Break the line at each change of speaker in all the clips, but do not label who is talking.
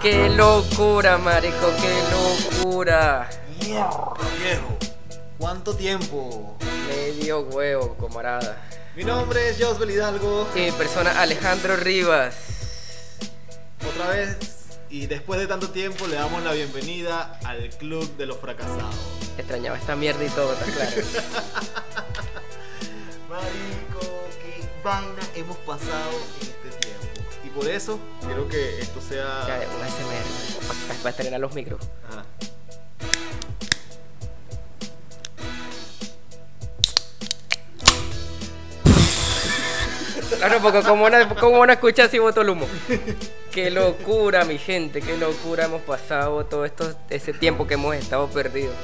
Qué locura, marico, qué locura.
Mierda, viejo. ¿Cuánto tiempo?
Medio huevo, camarada.
Mi nombre es Josbel Hidalgo.
Y mi persona Alejandro Rivas.
Otra vez y después de tanto tiempo le damos la bienvenida al Club de los Fracasados.
Extrañaba esta mierda y todo, está claro.
Marico, qué vaina hemos pasado en este tiempo. Y por eso quiero que esto
Ya,
sea...
Una SMR. Va a estrenar los micros.
Ajá.
Claro, porque como Ah, no, como no escucha así botó el humo. Qué locura, mi gente, qué locura hemos pasado todo esto, ese tiempo que hemos estado perdidos.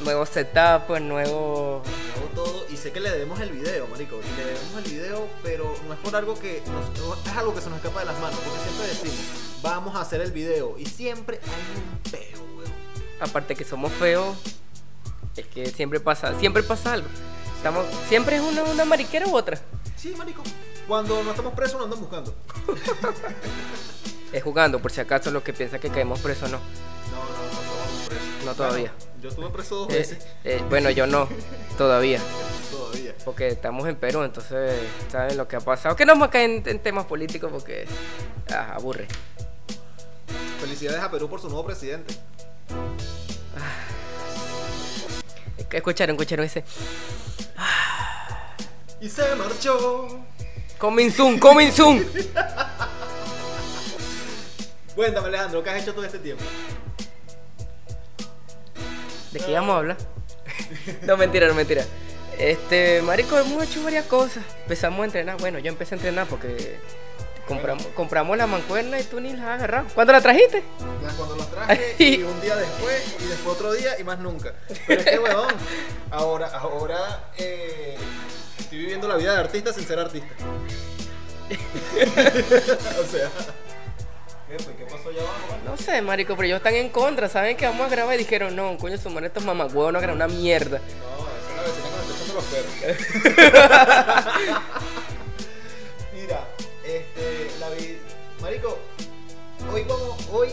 Nuevos setups, nuevos.
Luego todo y sé que le debemos el video, marico, y le debemos el video, pero no es por algo que nos, no- es algo que se nos escapa de las manos, porque siempre decimos, vamos a hacer el video y siempre hay un peo, weón.
Aparte que somos feos, es que siempre pasa, siempre pasa algo. Estamos, siempre es una, una mariquera u otra.
Sí, marico. Cuando no estamos presos, nos andan buscando.
Es jugando, por si acaso los que piensan que caemos presos no.
No, no, no, no vamos presos.
No todavía.
Bueno, yo estuve preso dos
Eh,
veces.
eh, bueno, yo no, todavía.
Todavía.
porque estamos en Perú, entonces saben lo que ha pasado. Que no vamos a caer en, en temas políticos porque ah, aburre.
Felicidades a Perú por su nuevo presidente.
Escucharon, escucharon ese.
Y se marchó.
Coming soon, coming soon.
Cuéntame, Alejandro, ¿qué has hecho todo este tiempo?
¿De qué íbamos a hablar? No, mentira, no, mentira. Este, marico, hemos hecho varias cosas. Empezamos a entrenar. Bueno, yo empecé a entrenar porque compramos, compramos la mancuerna y tú ni la has agarrado. ¿Cuándo la trajiste?
Ya cuando los traje y un día después y después otro día y más nunca. Pero es que weón, ahora, ahora eh, estoy viviendo la vida de artista sin ser artista. o sea. Epa, ¿y ¿Qué pasó allá abajo? vale?
No sé, marico, pero ellos están en contra. Saben que vamos a grabar y dijeron, no, coño, su madre, estos mamagüeos no graban una mierda.
No, esa es la vecina que me está echando los perros. Mira, este, la vi- Marico, hoy vamos, hoy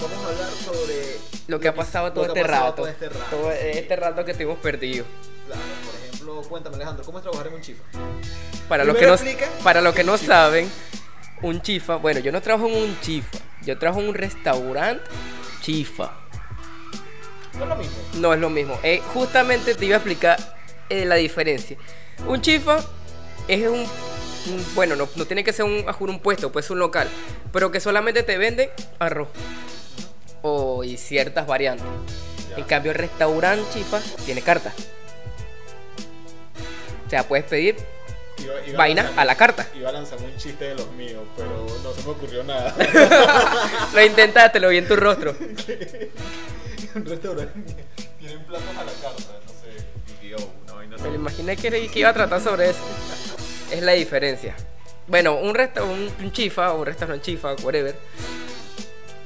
vamos a hablar sobre
Lo que ha pasado todo
lo que
este
ha pasado
rato.
todo este rato.
Todo este rato que estuvimos perdidos.
Claro, por ejemplo, cuéntame Alejandro, ¿cómo es trabajar en un chifa?
Para los que no,
Primero explica
para los
qué
que
es
no
un chifa.
saben, un chifa, bueno, yo no trabajo en un chifa, yo trabajo en un restaurante chifa.
No es lo mismo.
No es lo mismo. Eh, justamente te iba a explicar eh, la diferencia. Un chifa es un, un- bueno, no, no tiene que ser un, a juro, un puesto, puede ser un local, pero que solamente te vende arroz o y ciertas variantes.
Ya.
En cambio, el restaurante chifa tiene carta. O sea, puedes pedir
Iba- iba
vaina
lanzarme-
a la carta.
Iba a lanzarme un chiste de los míos, pero no se me ocurrió nada.
Lo intentaste, lo vi en tu rostro.
un restaurante tienen platos a la carta, no sé. BBO, una vaina
Me lo
así.
imaginé que, era- que iba a tratar sobre eso. Es la diferencia. Bueno, un, resta un, un chifa, o un restaurante chifa, whatever,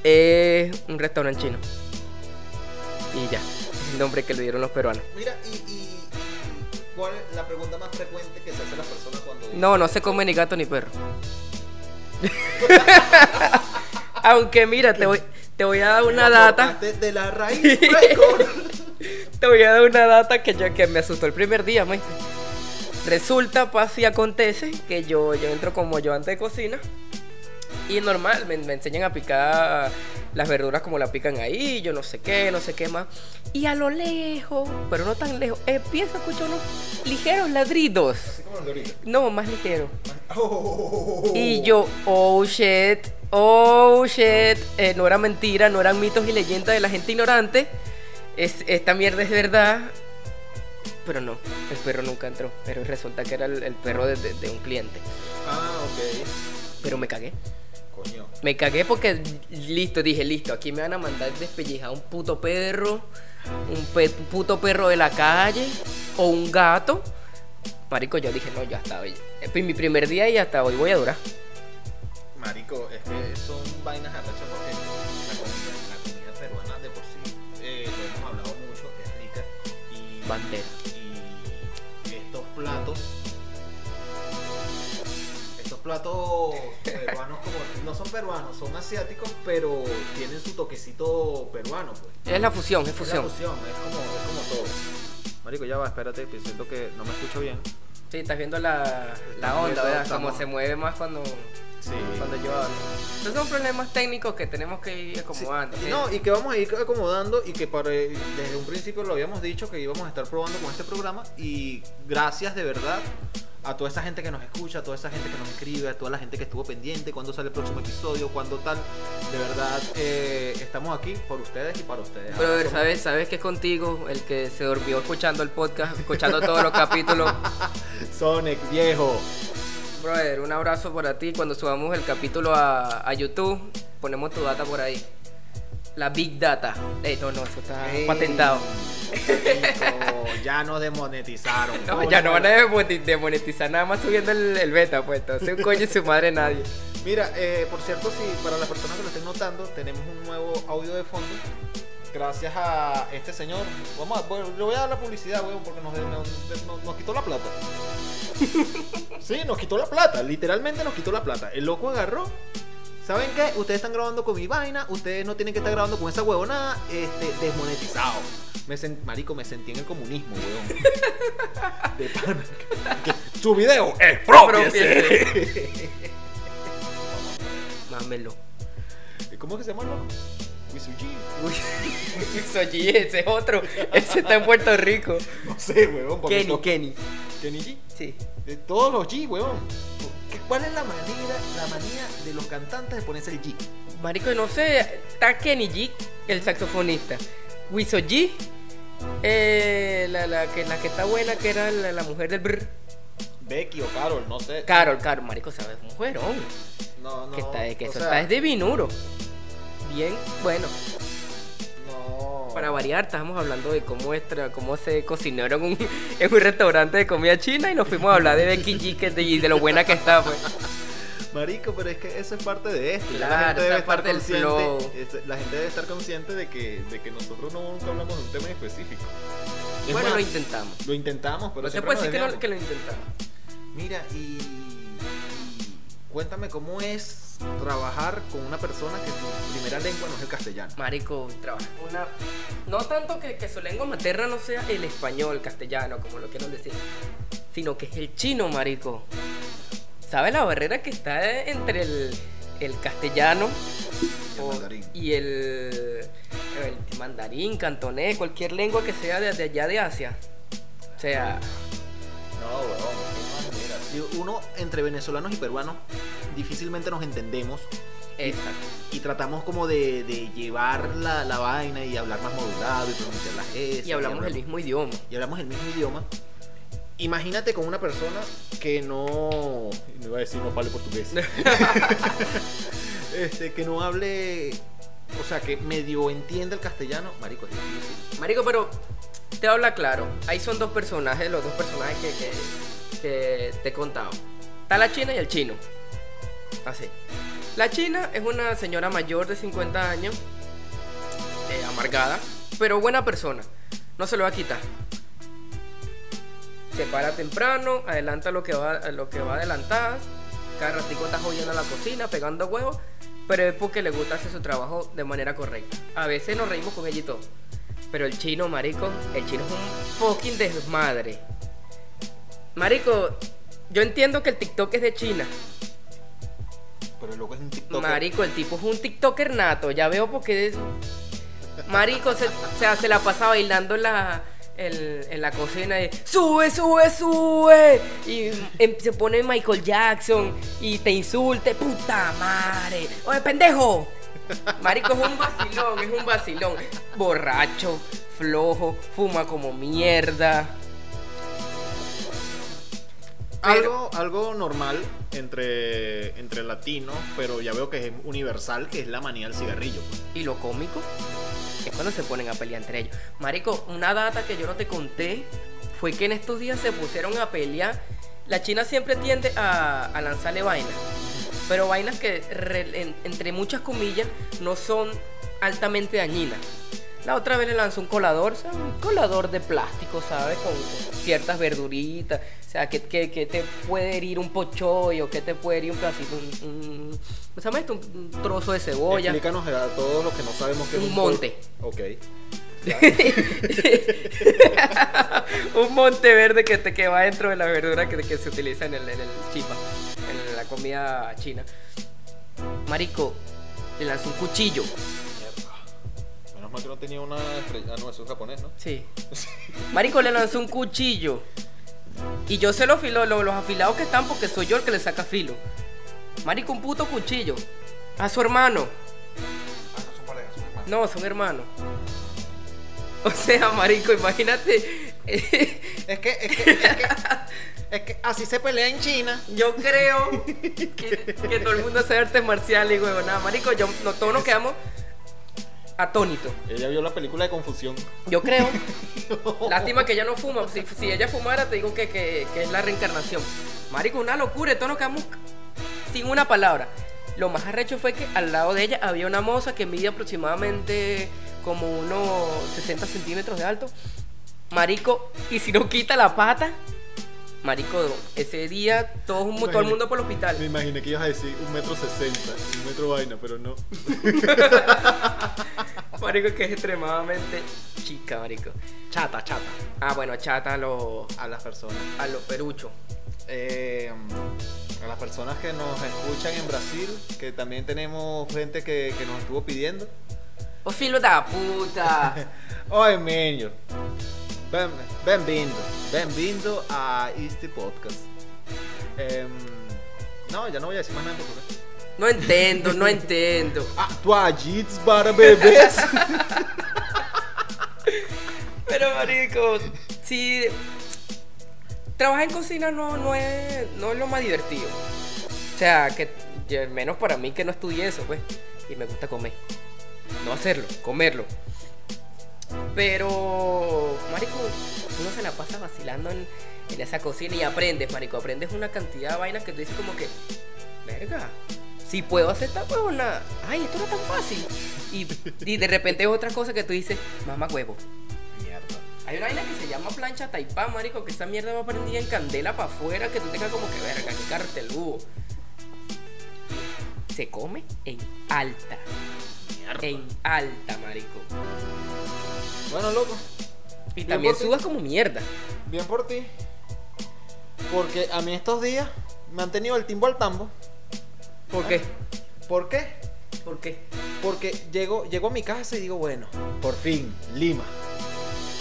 es un restaurante chino. Y ya, es el nombre que le dieron los peruanos.
Mira, y, y- y ¿cuál es la pregunta más frecuente que se hace a las personas cuando dicen-
No, no se come ni gato ni perro. Aunque mira, te voy, te voy a dar una
Lo
data.
cortaste de la raíz, pues, fresco.
Te voy a dar una data que, yo, que me asustó el primer día, maestro. Resulta, pasa y acontece que yo, yo entro como yo antes de cocina y normal, me, me enseñan a picar las verduras como la pican ahí, yo no sé qué, no sé qué más. Y a lo lejos, pero no tan lejos, empiezo a escuchar unos ligeros ladridos.
Así como los de ahorita.
No, más ligeros.
Oh.
Y yo, oh shit, oh shit, eh, no era mentira, no eran mitos y leyendas de la gente ignorante. Es, esta mierda es verdad. Pero no, el perro nunca entró. Pero resulta que era el, el perro de, de- de un cliente.
Ah, ok.
Pero me cagué.
Coño.
Me cagué porque listo, dije, listo, aquí me van a mandar despellejar un puto perro, un, pe- un puto perro de la calle o un gato. Marico, yo dije, no, ya hasta hoy. Es mi primer día y hasta hoy voy a durar.
Marico, es que son vainas arrechas porque la comida, la comida peruana de por sí, eh, lo hemos hablado mucho, es rica. Y,
Bandera.
y estos platos, estos platos peruanos como. No son peruanos, son asiáticos, pero tienen su toquecito peruano, pues.
Es la fusión, es
Es la
fusión.
fusión, es como, es como todo. Marico, ya va, espérate, que siento que no me escucho bien.
Sí, estás viendo la, la
viendo,
onda, ¿verdad?
estamos-
Cómo se mueve más cuando,
Sí.
cuando yo hablo. Entonces son problemas técnicos que tenemos que ir acomodando.
Sí,
¿sí?
No, y que vamos a ir acomodando y que para, eh, desde un principio lo habíamos dicho que íbamos a estar probando con este programa y gracias de verdad a toda esa gente que nos escucha, a toda esa gente que nos escribe, a toda la gente que estuvo pendiente, cuándo sale el próximo episodio, cuándo tal. De verdad, eh, estamos aquí por ustedes y para ustedes. Ahora
Brother,
somos-
¿sabes, ¿sabes que es contigo? El que se durmió escuchando el podcast, escuchando todos los capítulos.
Sonic, viejo.
Brother, un abrazo para ti. Cuando subamos el capítulo a, a YouTube, ponemos tu data por ahí. La Big Data. Ey, no, no, eso está
Ey,
patentado.
marico, ya nos demonetizaron.
No,
coño.
ya no van a demoni- demonetizar nada más subiendo el, el beta, pues. Entonces, un coño y su madre nadie.
Mira, eh, por cierto, si para las personas que lo estén notando, tenemos un nuevo audio de fondo. Gracias a este señor. Vamos a, bueno, le voy a dar la publicidad, weón, porque nos, nos- nos- nos quitó la plata. Sí, nos quitó la plata. Literalmente nos quitó la plata. El loco agarró. ¿Saben qué? Ustedes están grabando con mi vaina. Ustedes no tienen que estar grabando con esa huevonada. Este, desmonetizado. Me sen- Marico, me sentí en el comunismo, weón. De pana. Que Su video es propio.
Mámelo.
Eh, ¿Cómo es que se llama el loco? Wisuji.
Uy, Soji, ese es otro. Ese está en Puerto Rico.
No sé, weón. porque
Kenny,
no-
Kenny.
Kenny G.
Sí.
De todos los G, weón. ¿Qué- ¿Cuál es la manera, la manía de los cantantes de ponerse el G?
Marico, no sé. Está Kenny G, el saxofonista. Wiso G, eh, la, la que, la que está buena, que era la, la mujer del brr.
Becky o Carol, no sé.
Carol, Carol, marico, sabes, mujerón.
no, no.
que está, que
o
eso
sea,
está es de vinuro. Bien, bueno.
No.
Para variar, estábamos hablando de cómo, extra- cómo se cocinaron un- en un restaurante de comida china y nos fuimos a hablar de Becky G que- de- y de lo buena que está. Pues.
Marico, pero es que eso es parte de esto. ya
Claro,
la
esa
gente debe
es
estar
parte del
consciente.
flow.
este, La gente debe estar consciente de que, de que nosotros no nunca hablamos de un tema en específico. Es
Bueno,
más,
lo intentamos.
lo intentamos, pero
No se
siempre
puede decir Eh, pues, que,
nos
no- que
desviamos.
lo intentamos.
Mira, y, y cuéntame cómo es trabajar con una persona que su primera lengua no es el castellano.
Marico, trabaja con una... No tanto que, que su lengua materna no sea el español, castellano, como lo quieran decir, sino que es el chino, marico. ¿Sabes la barrera que está entre el, el castellano
Y el mandarín.
Oh, y el, el mandarín, cantonés, cualquier lengua que sea de, de allá de Asia? O sea,
No, weón, Si uno entre venezolanos y peruanos difícilmente nos entendemos
exacto.
y tratamos como de, de llevar la, la vaina y hablar más modulado y pronunciar las S.
Y hablamos el mismo idioma.
y hablamos el mismo idioma. Imagínate con una persona que no. Me iba a decir no hable portugués. este, que no hable. O sea, que medio entienda el castellano. Marico, es difícil.
Marico, pero te habla claro. Ahí son dos personajes, los dos personajes que, que- que te he contado. Está la china y el chino. Así. La china es una señora mayor de 50 años, eh, amargada, pero buena persona. No se lo va a quitar. Se para temprano, adelanta lo que va, lo que va a adelantar. Cada ratico está jodiendo la cocina, pegando huevos, pero es porque le gusta hacer su trabajo de manera correcta. A veces nos reímos con ella y todo. Pero el chino, marico, el chino es un fucking desmadre. Marico, yo entiendo que el TikTok es de China.
Pero el loco es un TikTok.
Marico, el tipo es un TikToker nato. Ya veo porque es. Marico, se, o sea, se la pasa bailando en la, en, en la cocina. Y, sube, sube, sube. Y em- se pone Michael Jackson y te insulte. Puta madre. Oye, pendejo. Marico es un vacilón, es un vacilón. Borracho, flojo, fuma como mierda.
Algo, algo normal entre, entre latinos, pero ya veo que es universal, que es la manía del cigarrillo. pues.
Y lo cómico es cuando se ponen a pelear entre ellos. Marico, una data que yo no te conté fue que en estos días se pusieron a pelear. La China siempre tiende a, a lanzarle vainas, pero vainas que, re- en- entre muchas comillas, no son altamente dañinas. La otra vez le lanzó un colador, o sea, un colador de plástico, ¿sabes? Con ciertas verduritas. O sea, que, que- que te puede herir un pochoy o que te puede herir un pedacito, un, un, ¿cómo se llama esto? Un trozo de cebolla.
Explícanos a todos los que no sabemos qué es
Oh, Un
un
monte.
col- Ok.
un monte verde que, te, que va dentro de la verdura que, que se utiliza en el, en el chipa, en la comida china. Marico, le lanzó un cuchillo.
Mierda. Menos mal que no tenía una estrella. Ah, no, eso es japonés, ¿no?
Sí. Marico le lanzó un cuchillo. Y yo sé los, filo- lo- los afilados que están porque soy yo el que le saca filo. Marico, un puto cuchillo. A su hermano.
Ah, no, son parejas, son hermanos.
No, son hermanos. O sea, Marico, imagínate.
Es que, es que, es que, es que así se pelea en China.
Yo creo que, que todo el mundo hace artes marciales, güey. Nada, marico, yo, no, todos nos quedamos atónitos.
Ella vio la película de Confusión.
Yo creo. Lástima que ella no fuma. Si, si ella fumara, te digo que, que- que es la reencarnación. Marico, una locura. y Todos nos quedamos sin una palabra. Lo más arrecho fue que al lado de ella había una moza que mide aproximadamente como unos 60 centímetros de alto. Marico, y si no quita la pata, Marico, ese día todo, todo el
Imagínate.
mundo por el hospital.
Me imaginé que ibas a decir un metro sesenta, un metro vaina, pero no.
Marico, que es extremadamente chica, marico.
Chata, chata.
Ah, bueno, chata a los
A las personas.
a los peruchos.
Eh, a las personas que nos escuchan en Brasil, que también tenemos gente que, que nos estuvo pidiendo.
Os filo da puta.
Oi, menino. Bem- Bem-vindo. Bem-vindo a este podcast. Em, não, já não ia ser mais nada em português.
No entiendo, no entiendo.
Ah, toallites para bebês.
Pero marico, si trabajar en cocina no, no es no es lo más divertido. O sea, que y al menos para mí que no estudié eso, pues. Y me gusta comer. No hacerlo, comerlo. Pero, marico, uno se la pasa vacilando en, en esa cocina y aprendes, marico. Aprendes una cantidad de vainas que tú dices como que, verga, si puedo hacer esta huevona. Ay, esto no es tan fácil. Y, y de repente es otra cosa que tú dices, mamá huevo.
Mierda.
Hay una vaina que se llama plancha taipá, marico, que esa mierda va prendida en candela para afuera, que tú tengas como que verga, que cartel hubo. Se come en alta,
Mierda.
en alta, marico.
Bueno, loco,
Y
Yo
también
porque-
sudas como mierda.
bien por ti. Porque a mí estos días me han tenido el timbo al tambo.
¿Por qué?
¿Por qué?
Ah, ¿Por qué?
Porque llego, llego a mi casa y digo, bueno, por fin, Lima.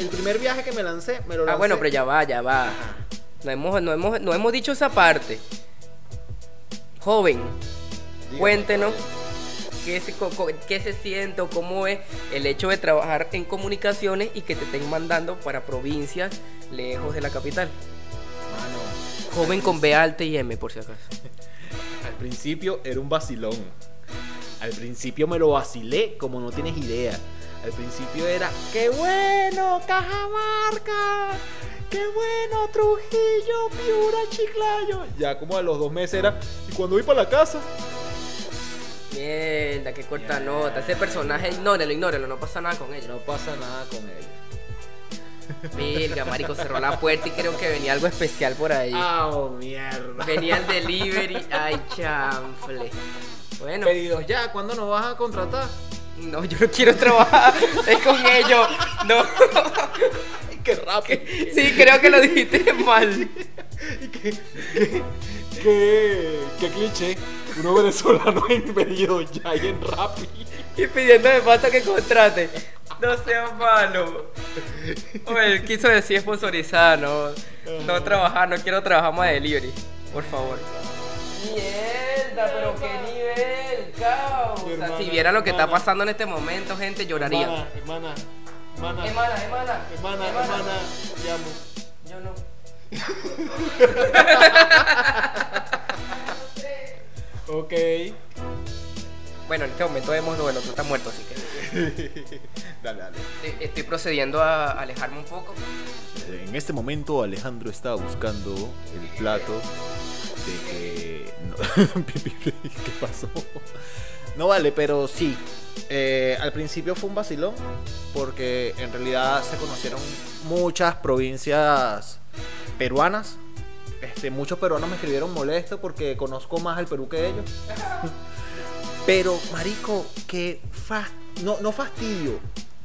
El primer viaje que me lancé, me lo lancé. Ah,
Ah, bueno, pero ya va, ya va. No hemos, no hemos, no hemos dicho esa parte. Joven,
Dígame,
Cuéntenos.
caballero.
¿qué se, co- co- qué se siente o cómo es el hecho de trabajar en comunicaciones y que te estén mandando para provincias lejos de la capital?
Mano,
Joven con B alta y M, por si acaso.
Al principio era un vacilón. Al principio me lo vacilé como no tienes idea. Al principio era, qué bueno, Cajamarca. Qué bueno, Trujillo, Piura, Chiclayo. Ya como a los dos meses era, ¿y cuando voy para la casa?
Mierda, qué corta
Mierda.
nota. Ese personaje, ignórelo, ignórelo, no pasa nada con ello.
No pasa nada con ella.
Verga, marico, cerró la puerta y creo que venía algo especial por ahí.
¡Ah, oh, mierda!
Venía el delivery. Ay, chanfle. Bueno,
Pedidos ya, ¿cuándo nos vas a contratar?
no, yo no quiero trabajar. Es con ellos. No.
¡Ay, qué rápido!
Sí, creo que lo dijiste mal.
¡Qué, qué cliché! Uno venezolano en pedidos ya y en rápido.
Y pidiendo de paso que contrate. No sea malo. Oye, él quiso decir sponsorizar, no, no trabajar, no quiero trabajar más de delivery. Por favor. Mierda, pero qué nivel, caos.
Mi
O sea,
hermana,
si viera lo que está
hermana.
pasando en este momento, gente, lloraría.
Hermana, hermana, hermana, hermana,
Hermana, hermana.
hermana, te amo.
Yo no.
Ok.
Bueno, en este momento vemos, no, el otro está muerto, así que
Dale, dale.
eh, estoy procediendo a alejarme un poco.
En este momento Alejandro estaba buscando el plato de que... no, ¿Qué pasó?
No vale, pero sí. eh, al principio fue un vacilón porque en realidad se conocieron muchas provincias peruanas. Este, muchos peruanos me escribieron molesto porque conozco más al Perú que ellos. Pero, marico, que fas- no, no fastidio.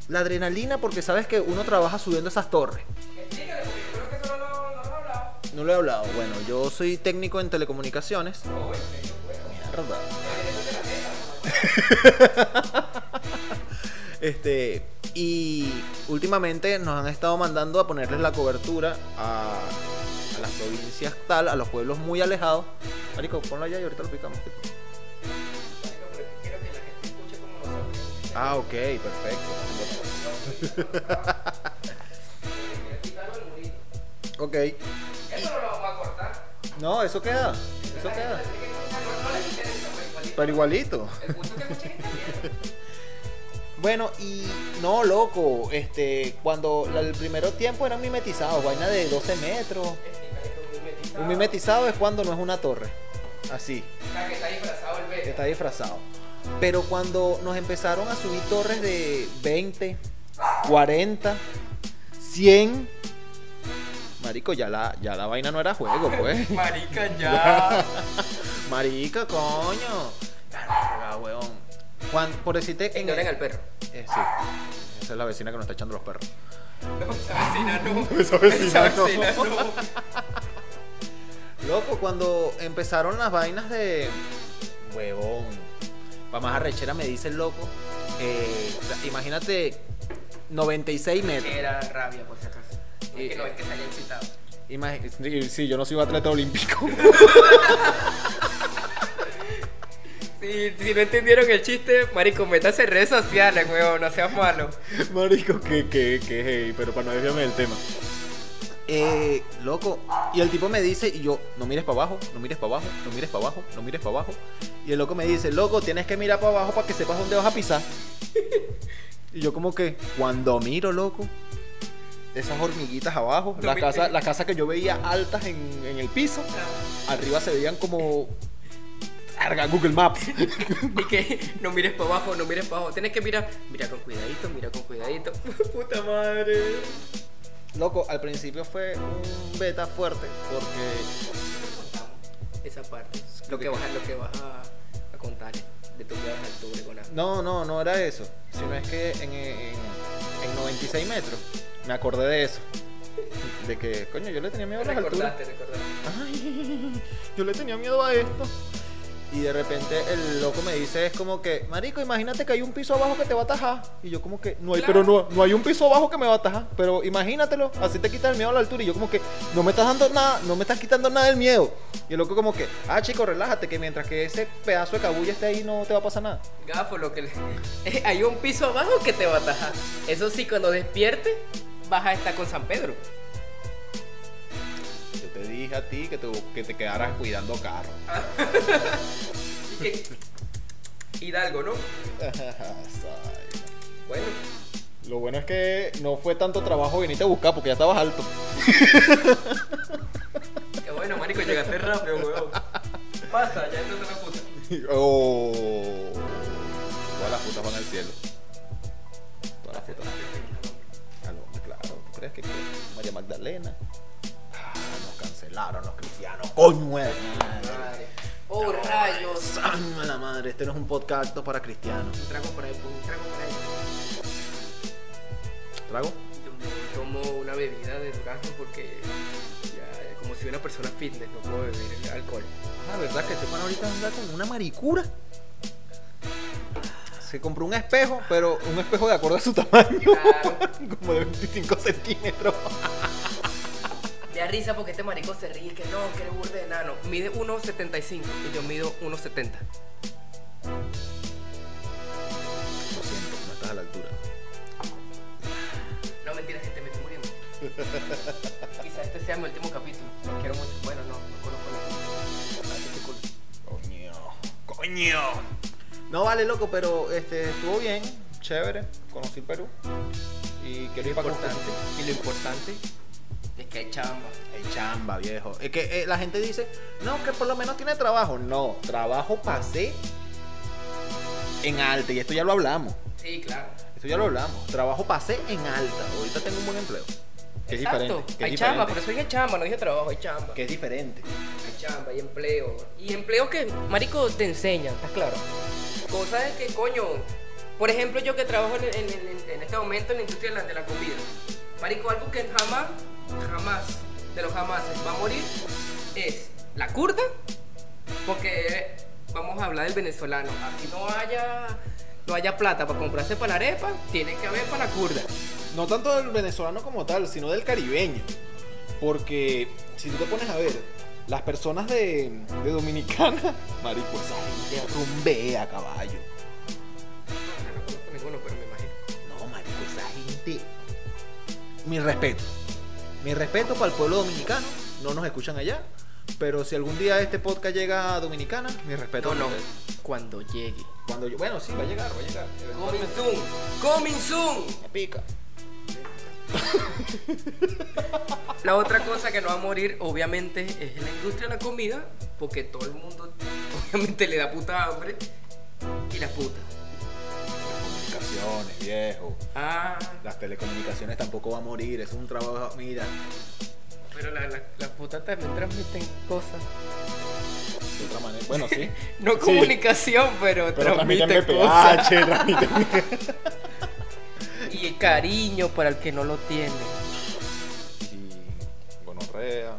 La adrenalina porque sabes que uno trabaja subiendo esas torres. No lo he hablado. Bueno, yo soy técnico en telecomunicaciones. Mierda. Este, y últimamente nos han estado mandando a ponerles la cobertura a, a las provincias tal, a los pueblos muy alejados. Marico, ponlo allá y ahorita lo picamos. tipo. Ah, ok, perfecto. ok. No, eso queda. Eso queda. Pero igualito. Bueno, y no, loco, este, cuando la- el primero tiempo eran mimetizados, vaina de 12 metros. Un mimetizado es cuando no es una torre, así, que está disfrazado. Pero cuando nos empezaron a subir torres de 20, 40, 100, marico, ya la, ya la vaina no era juego, pues.
Marica, ya.
Marica, coño. Verga, huevón. Juan, por decirte en-
Ignoren al perro.
eh, sí. Esa es la vecina que nos está echando los perros.
Esa vecina no.
Esa vecina no.
no.
Loco, cuando empezaron las vainas de. Huevón. Para más arrechera me dice el loco. eh, o sea, imagínate 96 metros.
Era rabia, por si acaso. No
Y-
es que no es que se haya excitado.
Imagi- sí, yo no soy un atleta olímpico.
Si, si no entendieron el chiste, marico, métase en redes sociales, weón, no seas malo.
Marico, que, que, que, hey, pero para no desviarme del tema.
Eh, loco. Y el tipo me dice, y yo, no mires para abajo, no mires para abajo, no mires para abajo, no mires para abajo. Y el loco me dice, loco, tienes que mirar para abajo para que sepas dónde vas a pisar. y yo como que, cuando miro, loco, esas hormiguitas abajo,
¿Tú
las
viste?
casas, las casas que yo veía altas en, en el piso, arriba se veían como... Verga, Google Maps.
Y que no mires para abajo, no mires para abajo. Tienes que mirar, mira con cuidadito, mira con cuidadito. Puta madre.
loco, al principio fue un beta fuerte porque...
Esa parte.
Lo
Lo
que-
que vas, a- lo que vas a, a contar de tu viaje al tour con la...
No, no, no era eso. Sino es que en, en- en 96 metros me acordé de eso. De que, coño, yo le tenía miedo a las alturas.
Recordaste, pues. recordaste.
Ay, yo le tenía miedo a esto. Y de repente el loco me dice, es como que, marico, imagínate que hay un piso abajo que te va a atajar. Y yo como que, no hay,
Claro.
pero no, no hay un piso abajo que me va a atajar. Pero imagínatelo, así te quitas el miedo a la altura. Y yo como que, no me estás dando nada, no me estás quitando nada del miedo. Y el loco como que, ah, chico, relájate, que mientras que ese pedazo de cabulla esté ahí no te va a pasar nada.
Gafo, lo que le... Eh, Hay un piso abajo que te va a atajar. Eso sí, cuando despiertes, vas a estar con San Pedro.
Yo te dije a ti que te, que te quedaras cuidando carro.
Y que... Hidalgo, ¿no? Bueno.
Lo bueno es que no fue tanto trabajo venirte a buscar porque ya estabas alto.
Qué bueno, marico, llegaste rápido, weón. Pasa, ya entonces la puta.
Oh. Todas las putas van al cielo. Todas las putas van al hombre, claro. ¿Tú crees que que María Magdalena? Ah, nos cancelaron los cristianos. ¡Coño! eh.
Madre. Oh, rayos.
¡San a la madre! Este no es un podcast para cristianos.
Un trago por ahí, pues, un trago por ahí.
¿Trago?
Yo no tomo una bebida de durazno porque ya, como soy una persona fitness, no puedo beber alcohol.
Ah, ¿verdad que este pan ahorita anda con una maricura? Se compró un espejo, pero un espejo de acuerdo a su tamaño.
Claro.
Como de 25 centímetros.
Me da risa porque este marico se ríe que no, que eres burde de enano. Mide 1.75 y yo mido 1.70.
Lo siento, no estás a la altura.
No mentira, gente, me estoy muriendo. Quizá este sea mi último capítulo. Lo quiero mucho. Bueno, no, no conozco la- Así que cool.
Coño. Coño. No vale, loco, pero este, estuvo bien. Chévere. Conocí Perú. Y quiero ir para
importante.
Cusco.
Y lo importante es que hay chamba.
Ey, chamba, viejo. Es que eh, la gente dice, no, que por lo menos tiene trabajo. No, trabajo pasé en alta, y esto ya lo hablamos.
Sí, claro.
Esto ya lo hablamos. Trabajo pasé en alta. Ahorita tengo un buen empleo. Que es
Exacto.
diferente. Que
Hay
es
chamba, por
diferente,
eso dije chamba, no dije trabajo, hay chamba.
Que es diferente.
Hay chamba, hay empleo. Y empleo que, marico, te enseñan, ¿estás claro? Cosas de que, coño, por ejemplo, yo que trabajo en, en- en- en este momento en la industria de la, de la comida. Marico, algo que jamás, jamás, de los jamás va a morir es la curda, porque vamos a hablar del venezolano. Aquí no haya, no haya plata para comprarse para la arepa, tiene que haber para la curda.
No tanto del venezolano como tal, sino del caribeño. Porque si tú te pones a ver, las personas de, de Dominicana, marico, esa gente rumbea caballo.
No, no conozco ninguno, pero me imagino.
No, marico, esa gente. Mi respeto. Mi respeto para el pueblo dominicano. No nos escuchan allá. Pero si algún día este podcast llega a Dominicana, mi respeto.
No,
para
no,
ustedes.
cuando llegue.
Cuando yo, bueno, sí, va a llegar, va a llegar.
Coming soon, coming soon.
Me pica.
La otra cosa que no va a morir, obviamente, es la industria de la comida, porque todo el mundo, obviamente, le da puta hambre y la puta.
Comunicaciones, viejo.
Ah,
Las telecomunicaciones tampoco va a morir. Es un trabajo, mira.
pero las la, las putas también transmiten cosas.
De otra manera. Bueno, sí.
No comunicación, pero,
Pero transmiten
transmiten
BPH,
cosas.
transmiten.
Y el cariño para el que no lo tiene.
Y gonorrea.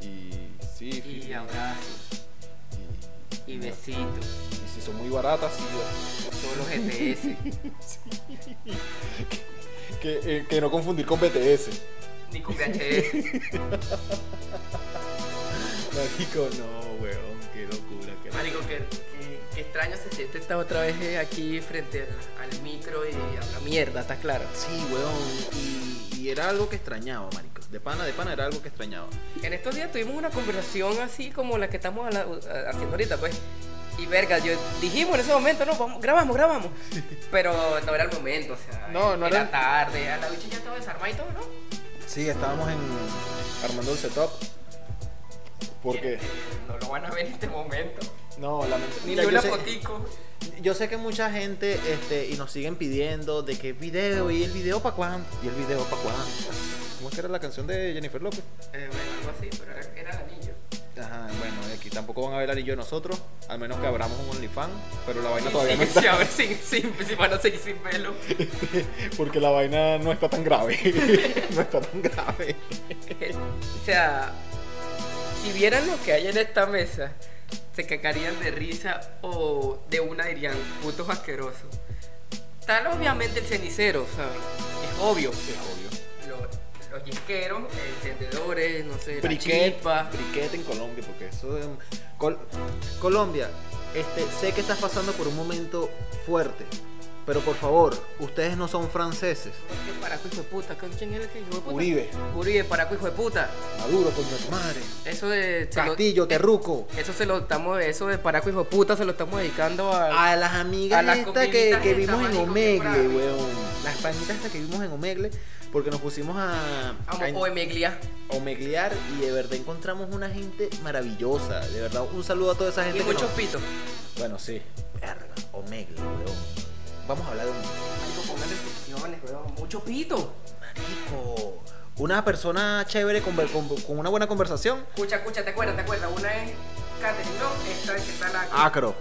Y sífilis.
Y abrazos, y besitos,
Y si son muy baratas, sí.
todos los GTS.
Que, eh, que no confundir con BTS.
Ni con VHS.
Marico, no, weón. Qué locura. Qué
Marico, que, que- que extraño se siente estar otra vez eh, aquí frente al, al micro y habla mierda, ¿estás claro?
Sí, weón. Y, y era algo que extrañaba, marico. De pana, de pana era algo que extrañaba.
En estos días tuvimos una conversación así como la que estamos habla- uh, haciendo ahorita, pues. Y verga, yo dijimos en ese momento, no, vamos, grabamos, grabamos. Pero no era el momento, o sea,
No, no
era
era-
tarde, a la bicha ya estaba desarmada y todo, ¿no?
Sí, estábamos en armando el setup.
¿Por qué?
Eh, No lo van a ver en este momento.
No, lamentablemente.
Ni una fotico.
Yo sé que mucha gente este, y nos siguen pidiendo de qué video y el video para cuándo. Y el video para cuándo. ¿Cómo es que era la canción de Jennifer López?
Eh, bueno, algo así, pero era, era el anillo.
Ajá, bueno, aquí tampoco van a ver al anillo de nosotros, al menos que abramos un OnlyFans, pero la vaina todavía no
sin,
está.
sin, sin, sin, van a seguir sin pelo.
Porque la vaina no está tan grave.
no está tan grave.
O sea, si vieran lo que hay en esta mesa, se cacarían de risa o de una dirían, putos asquerosos. Tal obviamente el cenicero, o sea, es obvio.
Es obvio.
Lo- los yesqueros, encendedores, no sé, la
Briquet,
chispa.
briquet en Colombia, porque eso es... Col- Colombia, este, sé que estás pasando por un momento fuerte, pero por favor, ustedes no son franceses.
¿Qué Paraco hijo de puta, ¿con quién era el que hijo de puta?
Uribe.
Uribe, Paraco hijo de puta.
Maduro, coño de tu madre.
Eso de. se lo- eh,
Castillo, Terruco.
eso se lo estamos, eso de Paraco hijo de puta se lo estamos dedicando a.
A las amigas
A las
estas que,
comiditas
que
estas,
vimos en
marico, que
Omegle,
bravo.
weón. Las panitas estas que vimos en Omegle, porque nos pusimos a,
a, em-
a en-
Oemeglia.
omeglear y de verdad encontramos una gente maravillosa. De verdad, un saludo a toda esa gente.
Y
que
muchos
nos-
pitos.
Bueno, sí. Verga, Omegle, weón. Vamos a hablar de un
Marico, pongan restricciones, weón. Mucho pito.
marico. Una persona chévere con, con- con una buena conversación.
Escucha, escucha, te acuerdas, te acuerdas. Una es Catherine, ¿no? Esta es que está la.
Acro.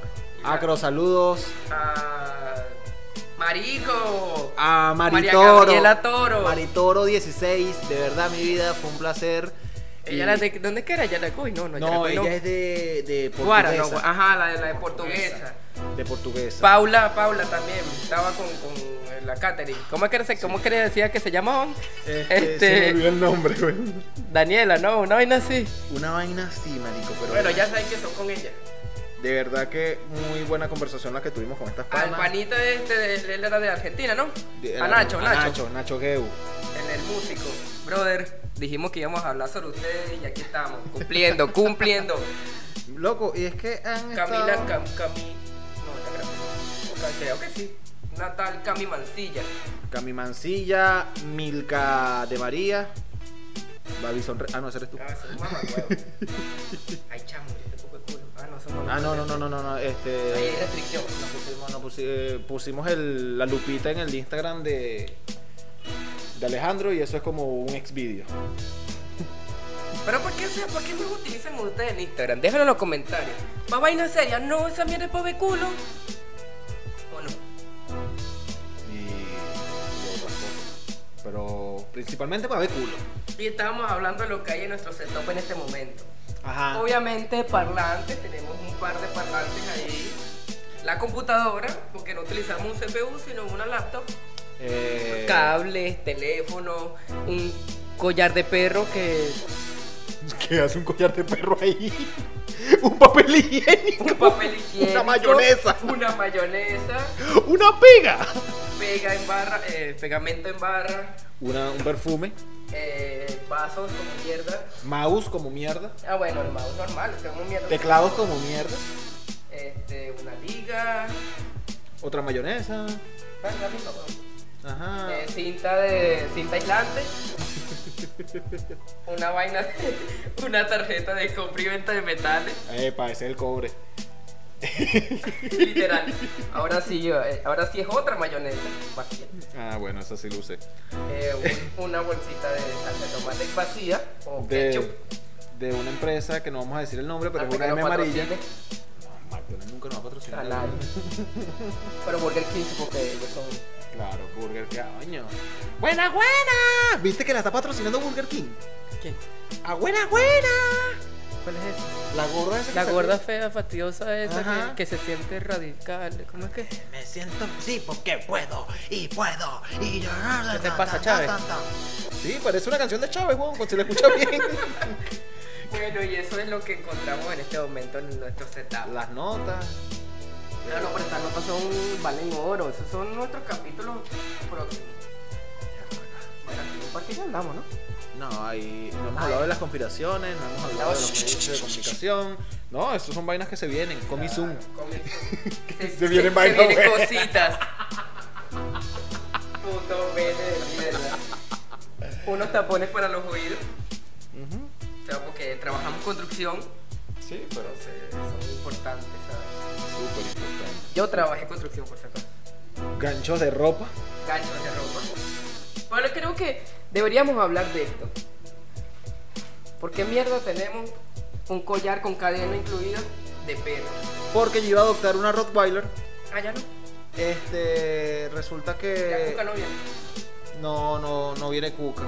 Acro, saludos.
Ah, marico.
A
María
Maritoro.
Gabriela Toro.
Maritoro 16. De verdad, mi vida, fue un placer.
Ella
Y-
era de. ¿Dónde es que era? Yaracuy, no, no,
No,
Yaracuy,
ella es de, de portuguesa.
Guara, no, Guara. ajá, la de la de portuguesa.
De portuguesa.
Paula, Paula también, estaba con, con eh, la Catherine. ¿Cómo es que, se- cómo es que le decía que se llamaban?
Este,
Se me
Este,
olvidó el nombre, weón.
Daniela, ¿no? Una vaina así.
Una vaina así, marico, pero...
Bueno, ya saben que son con ella.
De verdad que muy buena conversación la que tuvimos con estas
Al
panas.
panita de este, de- él era de Argentina, ¿no?
Ah, De-
a Nacho,
a
Nacho.
Nacho, Nacho Geu.
En el músico. Brother, dijimos que íbamos a hablar sobre ustedes y aquí estamos. Cumpliendo, cumpliendo.
Loco, y es que han
Camila,
estado...
Cam, Cami. No, la gran- Creo que sí. Natal Cami Mancilla.
Cami Mancilla, Milka de María, Babi Sonre... Ah, no, ese eres tú.
Ah, son mamá, Ay, chamo, yo te poco de culo. Ah, no, son mamá.
Ah, no, no, no, no, no, no, este...
Hay restricción.
Nos pusimos, nos pusi- eh, pusimos el- la lupita en el Instagram de, de Alejandro y eso es como un ex video.
Pero ¿por qué, se- por qué no lo utilizan ustedes en Instagram? Déjenlo en los comentarios. Más vainas serias. No, esa mierda es pobre culo. Bueno,
Y, y otras cosas. Pero principalmente para ver culo.
y estábamos hablando de lo que hay en nuestro setup en este momento.
Ajá.
Obviamente parlantes, tenemos un par de parlantes ahí. La computadora, porque no utilizamos un CPU, sino una laptop.
Eh,
Cables, teléfono, un collar de perro que...
¿Qué hace un collar de perro ahí? un papel higiénico.
Un papel higiénico.
mayonesa.
Una mayonesa.
Una pega.
Pega en barra, eh, pegamento en barra.
Una, un perfume.
eh, vasos como mierda.
Mouse como mierda.
Ah, bueno, el mouse normal, o sea, como mierda.
Teclados como mierda.
Este, una liga.
Otra mayonesa.
Ah, la misma, weón.
Ajá.
Eh, cinta de. cinta aislante. una vaina. una tarjeta de compra y venta de metales.
Epa, ese es el cobre.
Literal. Ahora sí, yo, eh, ahora sí es otra mayonesa. vacía.
Ah, bueno, esa sí luce.
Eh, un- una bolsita de salsa de tomate vacía. O
De,
ketchup. Ah,
de una empresa que no vamos a decir el nombre, pero
Hasta
es una
que
M
nos
amarilla.
patrocine.
No, McDonald's nunca nos va a patrocinar.
A nadie. Pero Burger King, porque ellos son.
Claro, Burger King. Coño. ¡Buena, buena! ¿Viste que la está patrocinando Burger King?
¿Quién?
¡A buena, buena!
¿Cuál es eso?
La gorda esa que
La
salió.
gorda fea, fastidiosa esa
Ajá.
que, que se siente radical. ¿Cómo es que?
Me siento sí porque puedo y puedo y yo
¿Qué te pasa, Chávez?
Sí, parece una canción de Chávez, weón, cuando se la escucha bien.
Bueno, y eso es lo que encontramos en este momento en nuestro setup.
Las notas.
Ah, No, no, pero estas notas son valen oro. Esos son nuestros capítulos próximos. Bueno, aquí ¿por qué ya hablamos, no?
No, ahí no hemos hablado de las conspiraciones, no hemos hablado de los medios de comunicación. No, esas son vainas que se vienen. Comi Zoom.
Comi- Se,
Se vienen vainas
vienen
buenas.
cositas. Puto vete de mierda. Unos tapones para los oídos. O sea, porque trabajamos construcción.
Sí, pero
Entonces, son importantes, ¿sabes?
súper importante.
Yo trabajé construcción, por si acaso.
Ganchos de ropa.
ganchos de ropa. Bueno, creo que deberíamos hablar de esto. ¿Por qué mierda tenemos un collar con cadena incluida de perro?
Porque yo iba a adoptar una Rottweiler.
Ah, ya no.
Este, resulta
Ya
que
nunca lo vi.
no, no, no viene Cuca.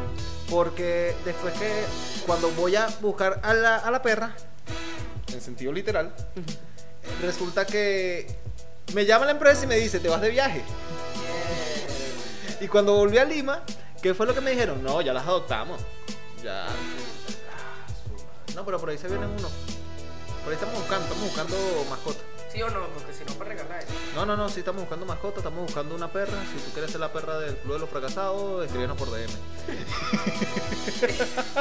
Porque después que cuando voy a buscar a la, a la perra, en sentido literal, resulta que me llama la empresa y me dice, te vas de viaje. Y cuando volví a Lima, ¿qué fue lo que me dijeron? No, ya las adoptamos. Ya. Ah, su madre. No, pero por ahí se vienen unos. Por ahí estamos buscando, estamos buscando mascotas.
¿Sí o no? Porque si no, para regalar.
No, no, no, sí estamos buscando mascotas, estamos buscando una perra. Si tú quieres ser la perra del Club de los Fracasados, escríbenos por DM.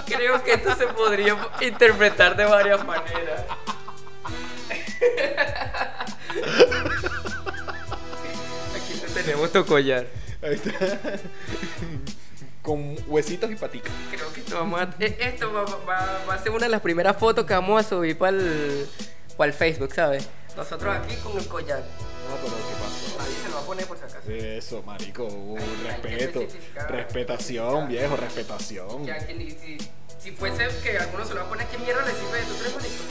Creo que esto se podría interpretar de varias maneras. Aquí te tenemos tu collar.
Ahí está. Con huesitos y patica.
Creo que esto, vamos a- e- esto va, va- va a ser una de las primeras fotos que vamos a subir para el, Facebook, ¿sabes? Nosotros aquí con el collar.
No, pero ¿qué pasó?
Nadie se lo va a poner por si acaso.
Eso, marico, uh,
Hay- hay que
respeto.
especificar.
Respetación, viejo, respetación.
Ya que ni- si, si fuese que alguno se lo va a poner, ¿qué mierda le sirve de tu telefonito?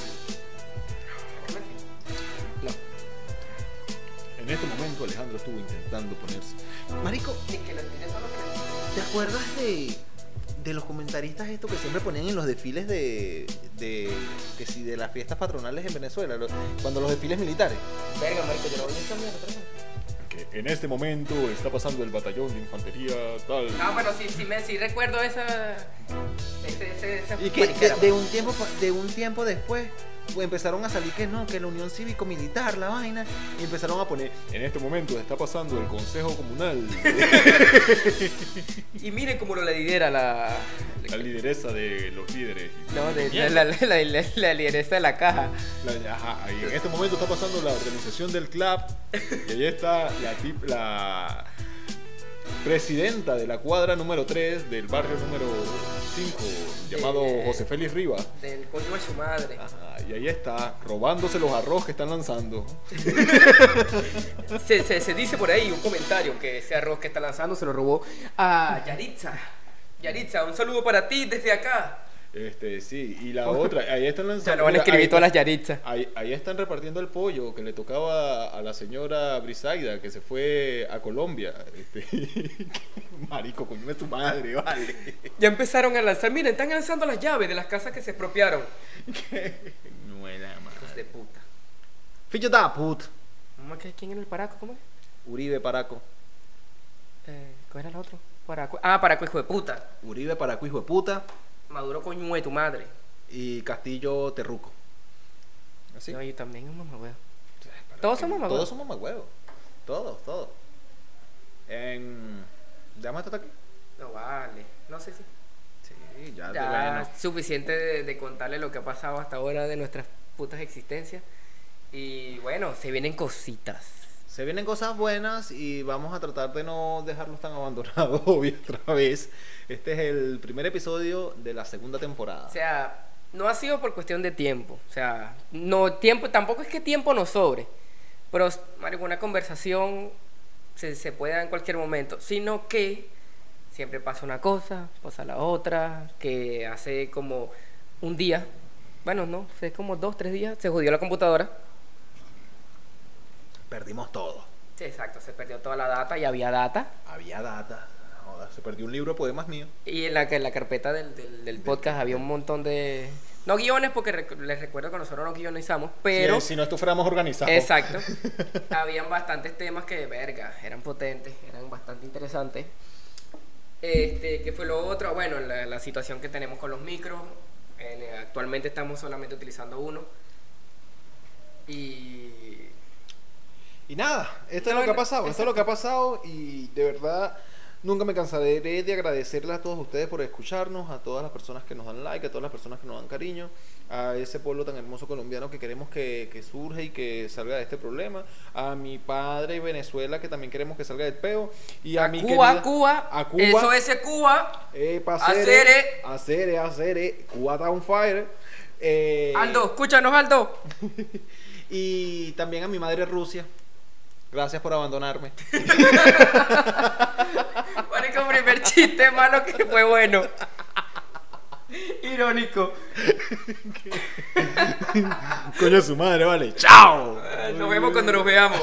En este momento Alejandro estuvo intentando ponerse.
Marico,
Ni que lo tires solo que-
¿Te acuerdas de, de los comentaristas estos que siempre ponían en los desfiles de, de que si de las fiestas patronales en Venezuela, lo- cuando los desfiles militares?
Verga, marico, yo no voy a esta mierda. otra vez.
Que en este momento está pasando el batallón de infantería tal.
Ah, bueno, sí, sí, me, sí recuerdo esa... Ese, ese, esa pues.
Y que, que de un tiempo pa- de un tiempo después pues, empezaron a salir que no, que la Unión Cívico Militar, la vaina, y empezaron a poner
En este momento está pasando el consejo comunal.
Y miren cómo lo le lidera la...
la lideresa de los líderes.
No, de- la, la, la, la, la lideresa de la caja.
La- ajá, ahí. en este momento está pasando la organización del club. Y ahí está la tip, la. presidenta de la cuadra número 3 del barrio número 5, llamado
Eh.
José Félix Rivas.
Del coño de su madre.
Ajá, y ahí está, robándose los arroz que están lanzando.
Se, se- se dice por ahí un comentario que ese arroz que está lanzando se lo robó a Yaritza. Yaritza, un saludo para ti desde acá.
Este, sí, y la otra, ahí están lanzando.
Ya lo van a
mira,
escribir
ahí-
todas las Yaritza.
Ahí, ahí están repartiendo el pollo que le tocaba a la señora Brisaida, que se fue a Colombia. Este, marico, coño es tu madre, vale.
Ya empezaron a lanzar, miren, están lanzando las llaves de las casas que se expropiaron.
No era
Hijos de puta.
Ficho da put.
¿Cómo es que quién era el paraco? ¿Cómo es?
Uribe Paraco.
Eh, ¿Cómo era el otro? Paraco. Ah, paraco, hijo de puta.
Uribe Paraco, hijo de puta.
Maduro coño de tu madre.
Y Castillo Terruco. Así.
No, yo también un mamahuevo. Todos somos mamahuevos.
Todos somos mamagüevos. Todos, todos. En... ¿Ya más aquí?
No vale. No sé si.
Sí, ya,
Ya
bueno.
es suficiente de, de contarle lo que ha pasado hasta ahora de nuestras putas existencias. Y bueno, se vienen cositas.
Se vienen cosas buenas y vamos a tratar de no dejarlos tan abandonados hoy otra vez. Este es el primer episodio de la segunda temporada.
O sea, no ha sido por cuestión de tiempo. O sea, no tiempo, tampoco es que tiempo nos sobre. Pero marico, una conversación se, se puede dar en cualquier momento. Sino que siempre pasa una cosa, pasa la otra, que hace como un día, bueno, no, hace como dos, tres días, se jodió la computadora.
Perdimos todo.
Sí, exacto, se perdió toda la data y había data.
Había data. Joder, se perdió un libro de poemas mío.
Y en la, en la carpeta del, del- del podcast había un montón de. No guiones, porque rec- les recuerdo que nosotros no guionizamos, pero.
si, si no esto fuéramos organizados.
Exacto. habían bastantes temas que, verga, eran potentes, eran bastante interesantes. Este, ¿Qué fue lo otro? Bueno, la, la situación que tenemos con los micros. En- eh, actualmente estamos solamente utilizando uno. Y.
Y nada, esto es
No,
lo que ha
no,
pasado, esto es lo que ha pasado y de verdad nunca me cansaré de agradecerles a todos ustedes por escucharnos, a todas las personas que nos dan like, a todas las personas que nos dan cariño, a ese pueblo tan hermoso colombiano que queremos que, que surja y que salga de este problema, a mi padre y Venezuela que también queremos que salga del peo y a,
A
mi
Cuba,
querida-
Cuba,
a Cuba,
Eso es Cuba.
eh, pa'
Acere.
Acere, acere, acere, Cuba Town Fire. eh,
Aldo, escúchanos, Aldo.
y también a mi madre Rusia. Gracias por abandonarme.
Marico, primer chiste malo que fue bueno. Irónico.
Coño su madre, vale. ¡Chao!
Nos vemos cuando nos veamos.